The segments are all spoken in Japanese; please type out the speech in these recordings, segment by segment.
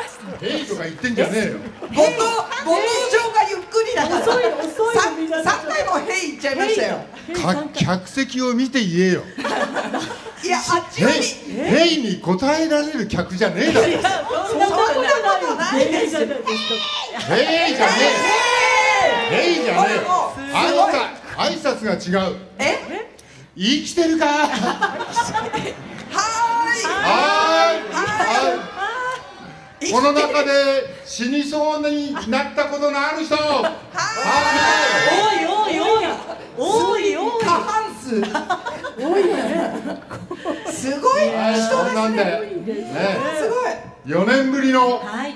ってんじゃねえよご登ご登場がゆっくりだから遅い遅いのみんな3回も「へい」言っちゃいましたよか客席を見て言えよいやあっちへよりいへいに答えられる客じゃねえだろへいそんなことないそんなことないへいじゃないですじゃねえへいじゃねこれもうえ挨拶挨拶が違うえ生きてるかはーはいーいはいこの中で死にそうになったことのある人はーおいいおいおいおいおい過半数多いよねすごい人ですなんで、ねね、すごい4年ぶりのははいい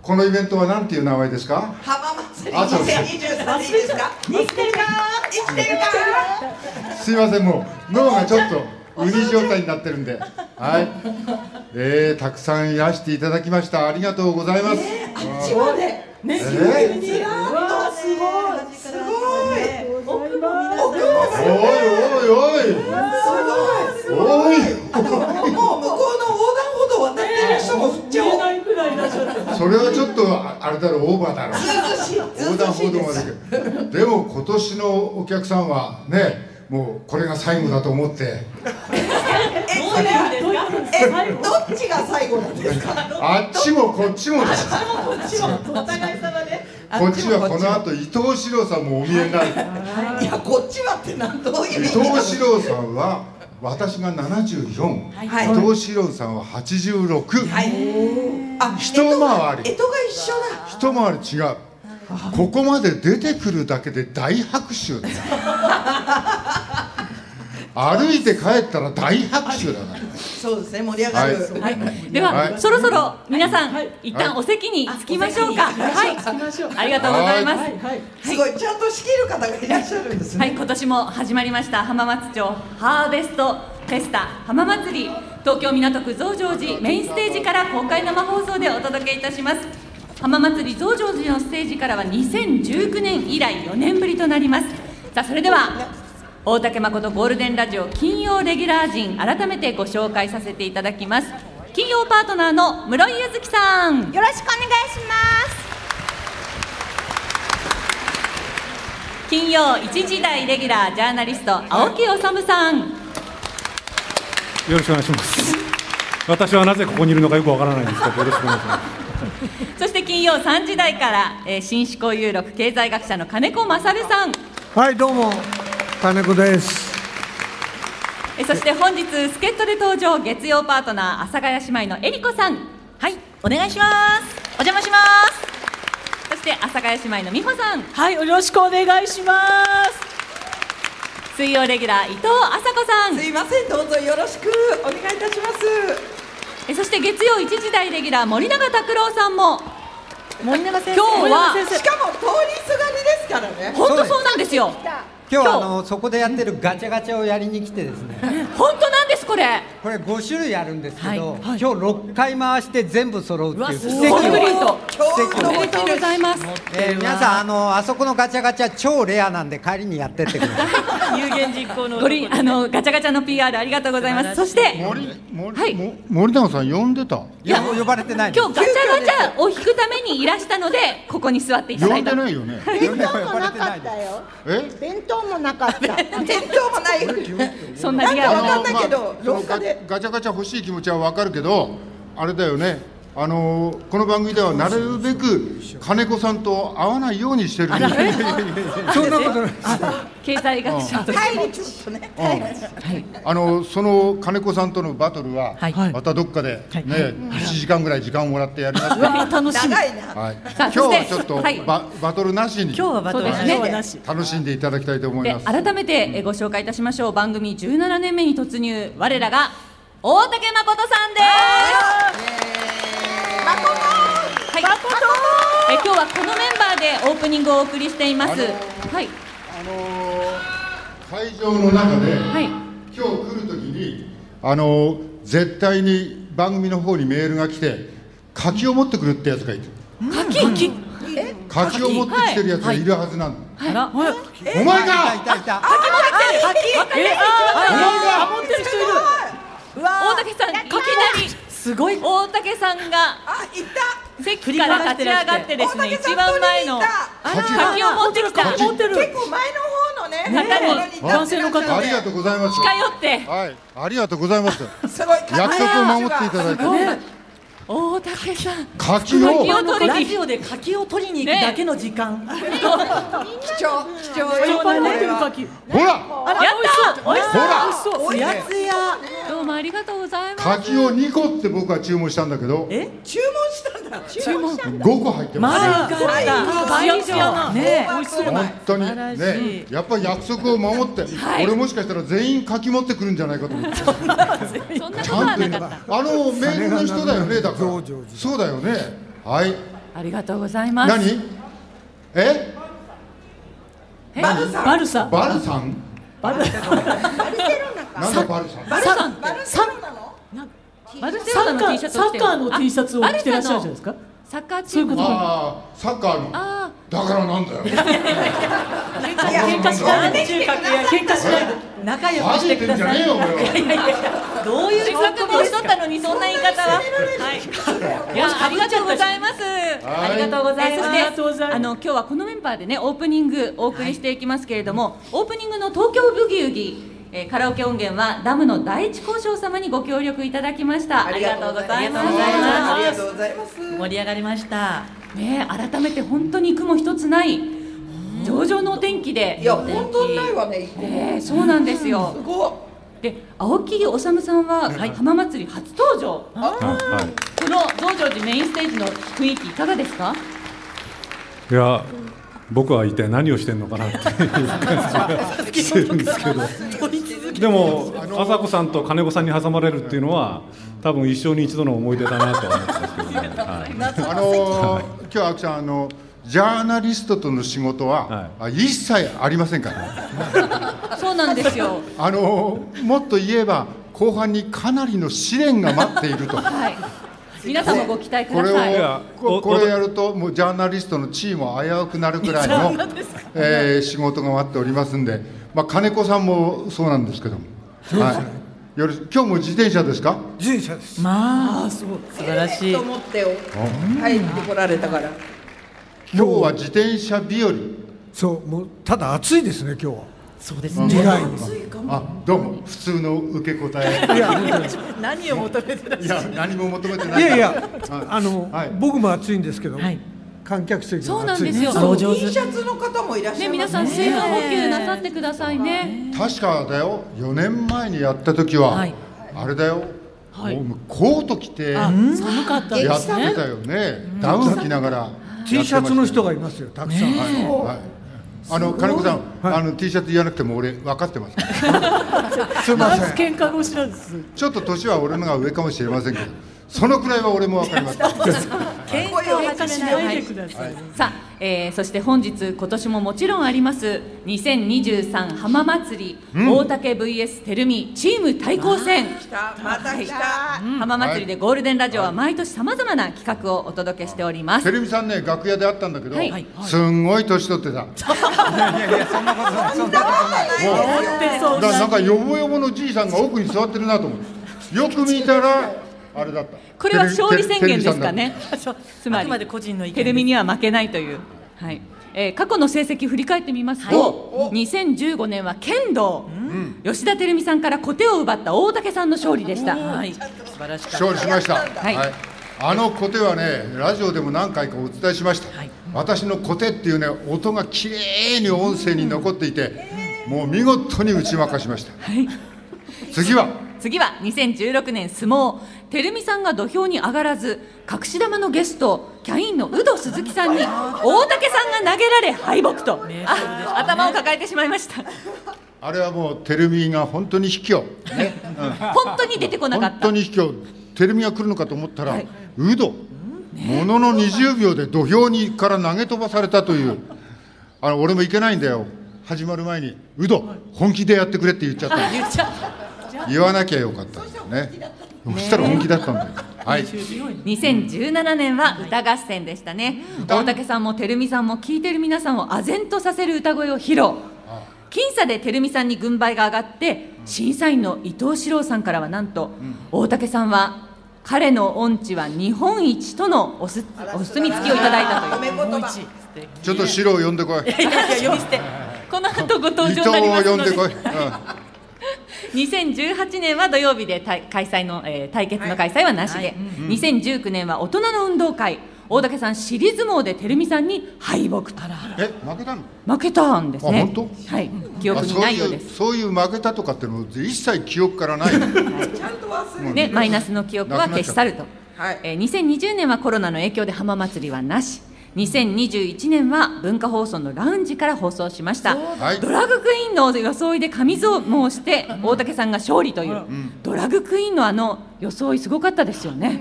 このイベントはなんていう名前ですか浜祭りあそう2023いいですか生きてるか生きてるかすいませんもう脳がちょっとウニ状態になってるんではい、えー、たくさんいらしていただきましたありがとうございます、あっちまでねえ急にずらっとわあすごいすごい奥もみんな奥もおいおいすおいごおいいもう向こうの横断歩道渡ってる人も振っちゃ見えおうないくらいになっちゃったそれはちょっとああれだろオーバーだろずうずしいず横うず断し歩い道でますで来るでも今年のお客さんはねもうこれが最後だと思ってえそれはどういうことですえか最後どっちが最後なんですかあっちもこっちもですこっちはお互い様でこっちはこの後伊藤四郎さんもお見えになるいやこっちはってなんどういう伊意味藤四郎さんは私が74、はい伊藤四郎さんは86、はいあ一回り干支が一緒だ一回り違うここまで出てくるだけで大拍 手だ歩いて帰ったら大拍手だなそうですね盛り上がるはいはい、では、はいそろそろ皆さん、はい一旦お席に着きましょうあか。お席にはい、行きましょうありがとうございます。ははいいはいすごいちゃんと仕切る方がいらっしゃるんですね今年も始まりました浜松町ハーベストフェスタ浜祭り東京港区増上寺メインステージから公開生放送でお届けいたします浜祭り増上寺のステージからは2019年以来4年ぶりとなりますさあそれでは大竹誠ゴールデンラジオ金曜レギュラー陣改めてご紹介させていただきます金曜パートナーの室井ゆずきさんよろしくお願いします。金曜1時台レギュラージャーナリスト青木治さんよろしくお願いします。私はなぜここにいるのかよくわからないんですけど、よろしくお願いします。そして金曜3時台から、えー新思考有力経済学者の金子勝さんはいどうも金子ですえーそして本日助っ人で登場月曜パートナー阿佐ヶ谷姉妹のえりこさんはい、お願いします。お邪魔します。そして阿佐ヶ谷姉妹の美穂さんはいよろしくお願いします水曜レギュラー伊藤麻子さんすいませんどうぞよろしくお願いいたしますえーそして月曜1時台レギュラー森永拓郎さんも森永先今日は森永先しかも通りすがりですからね本当そうなんですよ今日は今あ日のそこでやってるガチャガチャをやりに来てですね本当なんですこれこれ5種類あるんですけど、はい今日6回回して全部揃うっていう奇コ跡ンプリート今日おのめでとうございますえー皆さんあのあそこのガチャガチャ超レアなんで帰りにやってってください 有言実行のごりあのガチャガチャの PR ありがとうございますそして森森,、はいも森永さん呼んでたいやもう呼ばれてないんで今日ガチャガチャを引くためにいらしたのでここに座っていただ呼んいたでのないよね呼んでも呼ばれてないですよえ弁当もなかった店頭もないそんなリわアルかなんないけどまあその廊下でガガチャガチャ欲しい気持ちはわかるけどあれだよねあのーこの番組ではなるべく金子さんと会わないようにしてるんですそんなことない経済学者と帰りちょっとねあのその金子さんとのバトルは、はいまたどっかで、ね、一時間ぐらい時間をもらってやりますから、楽しみ長いなはい、さ今あ日そしてはちょっと、はいババトルなし今に日はバトルそうですね今日はなし楽しんでいただきたいと思いでます。改めてえご紹介いたしましょう番組17年目に突入我らが大竹誠さんですはい、え今日はこのメンバーでオープニングをお送りしていますあのはいあのー会場の中で、はい今日来るときに、あのー絶対に番組の方にメールが来て柿を持ってくるってやつがいて柿き柿を持ってきてるやつがいるはずなんだ、あらお前がいたいたいた柿えあーあー持ってる人いる大竹さんいきなりすすごい大竹さんがあ、いた席から立ち上がってですね一番前の大竹さん柿を持ってきた柿近持っ寄取りに行った結構前の方のねねところに立って男性の方らっあしりゃがってとうございます。ってはい、ありがとうございます。すごい約束を守っていただいて、大竹さん柿を柿を取りラにジオで柿を取りに行くねだけの時間、貴重貴重いっぱい持ってるよ柿。ほら、あら、や美った味しそう。美味しそつやう。つやどうもありがとうございます柿を2個って僕は注文したんだけど、え注文したんだ注文したんだ5個入ってまマす。ジかった倍以上ね美味しそう本当に晴らしいね、やっぱり約束を守って、い俺もしかしたら全員柿持ってくるんじゃないかと思って、ちそんなゃことはんとな今かったあのメールの人だよね、だから増上寺、そうだよね、はい、ありがとうございます何えバルさんバルサ。バルさんバルセロナかなんだバルさんバルさんバルセロナのバルセサロッナカの T ーシャサツをッカーの T シャツを着着てるてらっしゃるじゃないですかか。サッカーチームそういうこのああ、サッカーの、あだからなんだよ。いや喧嘩しないで中核や喧嘩しないで仲良く恥しじてくてんだじゃさねえいよ、俺は。どういうせっかくおっしゃったのにそんな言い方ははいいやありがとうございますはいありがとうございますありがとうございますあの今日はこのメンバーでねオープニングお送りしていきますけれどもオープニングの東京ブギウギえーカラオケ音源はダムの第一交渉様にご協力いただきましたありがとうございますありがとうございます盛り上がりましたねえ改めて本当に雲一つない上々のお天気でいや本当にないわね一個もええそうなんですよすごいで青木治さんは浜祭り初登場、はいはいこの増上寺メインステージの雰囲気いかがです かいや僕は一体何をしてんのかなっていう感じがしてるんですけどでも朝子さんと金子さんに挟まれるっていうのは多分一生に一度の思い出だなとは思ってますけどね、はいあのー、今日は青木さん、あのジャーナリストとの仕事は、あ一切ありませんから、そうなんですよあのー、もっと言えば、後半にかなりの試練が待っていると、はい皆さんもご期待くこだれさいいいをやこおこれをやると、もうジャーナリストの地位も危うくなるくらいの、えー仕事が待っておりますんで、まあ、金子さんもそうなんですけども、はい、よろし今日も自転車ですか自転車ですまあ素晴らしいと思って入ってこられたから今日は自転車日和。そうもうただ暑いですね今日はそうですうんねあどうも普通の受け答え。何を求めていや何も求めてないいからやいや、はいあの、はい僕も暑いんですけど、はい観客席そうもなん暑でいすよあお上 T 手シャツの方もいらっしゃいねま皆すさん水分補給なさってくださいね確かだよ4年前にやった時は、はいあれだよ、はいもうコート着てやあっ、寒かったてでたすね。よねダウン着ながら T シャツの人が、がいますよたくさん、はいはいあの金子さん、あの T シャツ言わなくても俺分かってます からすいません喧嘩腰なんです。ちょっと年は俺のが上かもしれませんけどそのくらいは俺も分かります健康声ををか始しめないないください。さあ、えーそして本日今年ももちろんあります2023浜祭り、大竹 VS てるみチーム対抗戦来たまた来た、浜祭りでゴールデンラジオは毎年さまざまな企画をお届けしておりますテレビさんね楽屋で会ったんだけど、はいすんごい年取ってた そんなことないですよだからなんかよぼよぼのじいさんが奥に座ってるなと思ってよく見たらあれだったこれは勝利宣言ですかねつまあくまでり個人の意見テレミには負けないという、はいえー過去の成績振り返ってみますと、2015年は剣道、吉田照美さんから小手を奪った大竹さんの勝利でした、はい素晴らしかった勝利しました、ははいいあのコテはねラジオでも何回かお伝えしました、私のコテっていうね音がきれいに音声に残っていて、もう見事に打ち負かしました、次は次は2016年相撲照美さんが土俵に上がらず隠し玉のゲストキャインの有働鈴木さんに大竹さんが投げられ敗北と、あ頭を抱えてしまいましたあれはもうテルミが本当に卑怯ね、本当に出てこなか本った当に卑怯テルミが来るのかと思ったら、ウドものの20秒で土俵にから投げ飛ばされたというあの俺もいけないんだよ始まる前にウド本気でやってくれって言っちゃったの言っちゃう言わなきゃよかったんだよね。そしたら本気だったんだよ。はい。 2017年は歌合戦でしたね、大竹さんもてるみさんも聴いてる皆さんを唖然とさせる歌声を披露僅差でてるみさんに軍配が上がって審査員の伊藤史郎さんからはなんと、大竹さんは彼の音痴は日本一とのおすお墨付きをいただいたという褒め言葉ちょっと白を呼んでこいいやいや呼び捨てこの後ご登伊藤場になりをます呼んのででこい、うん2018年は土曜日で対開催の、えー対決の開催はなしで、2019年は大人の運動会大竹さん尻相撲で照美さんに敗北たらえ負けたの負けたんですねあ本当はい記憶にあないようですそういうそういう負けたとかっていうの一切記憶からないちゃんと忘れてね、マイナスの記憶は消し去ると、はいえー2020年はコロナの影響で浜祭りはなし2021年は文化放送のラウンジから放送しました、はいドラッグクイーンの装いで神相撲をして大竹さんが勝利という、ドラッグクイーンのあの装いすごかったですよね、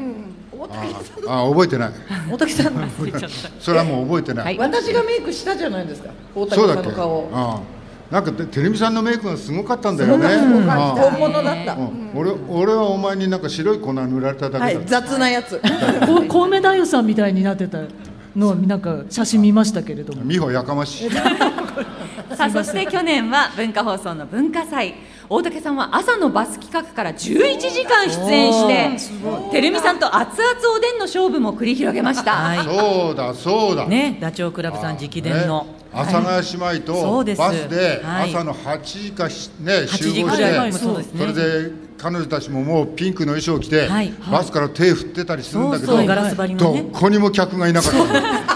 あ覚えてない大竹さん忘れちゃったそれはもう覚えてない、はい私がメイクしたじゃないですか大そ竹うださっんけの顔をああなんかてテレビさんのメイクがすごかったんだよねああ本物だったうん俺俺はお前になんか白い粉塗られただはけいだった、雑なや つこ小梅太夫さんみたいになってたのをなんか写真見ましたけれども美穂やかましいさあそして去年は文化放送の文化祭大竹さんは朝のバス企画から11時間出演しててるみさんと熱々おでんの勝負も繰り広げました、はそうだそうだいねダチョウ倶楽部さん直伝のね阿佐ヶ谷姉そう妹でとすバスではい朝の8時かし、ね、 8集時合ぐしらいてそうですねそれで彼女たちももうピンクの衣装を着て、はいバスから手振ってたりするんだけどそうそうガラス張りのねどこにも客がいなかっ た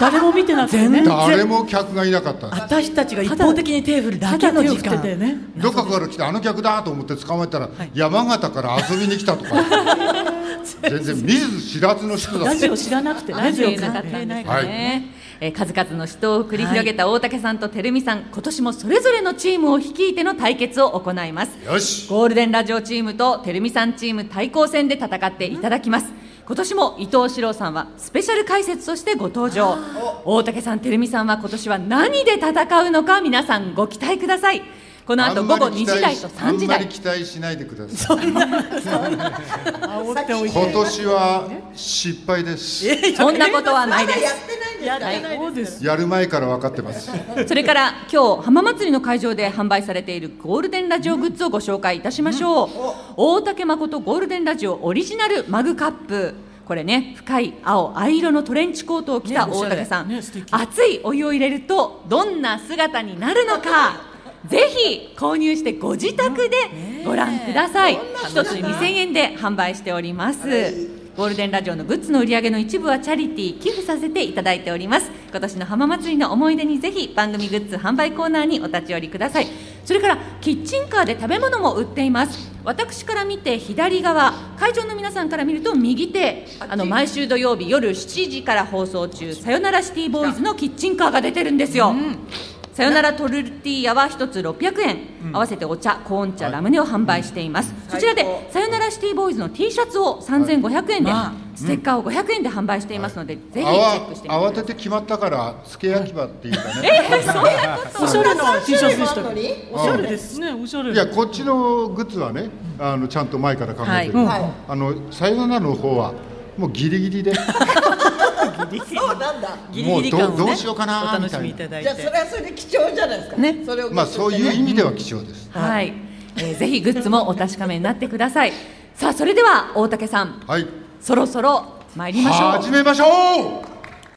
誰も見てなくてね誰も客がいなかった私たちが一方的にテーブルだたけだの手を時振ってて間ねどこかから来てあの客だと思って捕まえたら、山形から遊びに来たとか 全然見ず知らずの人だラっジたオ知らなくてララジジオオがなか関った係んなでいすね、えー数々の死闘を繰り広げた大竹さんとてるみさん、今年もそれぞれのチームを率いての対決を行いますよしゴールデンラジオチームとてるみさんチーム対抗戦で戦っていただきます今年も伊藤史郎さんはスペシャル解説としてご登場大竹さんてるみさんは今年は何で戦うのか皆さんご期待くださいこの後午後2時台と3時あんまり台期待しないでください煽っておいて今年は失敗ですそんなことはないですやってないですやる前から分かってますそれから今日浜祭りの会場で販売されているゴールデンラジオグッズをご紹介いたしましょう、大竹誠ゴールデンラジオオリジナルマグカップこれね深い青藍色のトレンチコートを着たねおし大ゃれ竹さん、ね素敵熱いお湯を入れるとどんな姿になるのかぜひ購入してご自宅でご覧ください一つ2000円で販売しております、ゴールデンラジオのグッズの売り上げの一部はチャリティー寄付させていただいております今年の浜祭りの思い出にぜひ番組グッズ販売コーナーにお立ち寄りくださいそれからキッチンカーで食べ物も売っています私から見て左側会場の皆さんから見ると右手あの毎週土曜日夜7時から放送中「さよならシティボーイズ」のキッチンカーが出てるんですよ、さよならトルティーヤは1つ600円、合わせてお茶、コーン茶、ラムネを販売しています、そちらでさよならシティボーイズの T シャツを3500円で、まあステッカーを500円で販売していますので、ぜひチェックしてみてください慌てて決まったから付け焼き場っていうかね、おしゃれな T シャツでしたけどおしゃゃれれですねおしゃれいやこっちのグッズはねあのちゃんと前から考えてる、はあのさよならの方はもうギリギリでそうなんだギリギリ感をねもうどうどうしようかなお楽しみいみたたいだいじゃあそてれはそれで貴重じゃないですかねそれをまあそういうね意味では貴重です、はい、えーぜひグッズもお確かめになってください。さあそれでは大竹さん、はいそろそろ参りましょう。始めましょう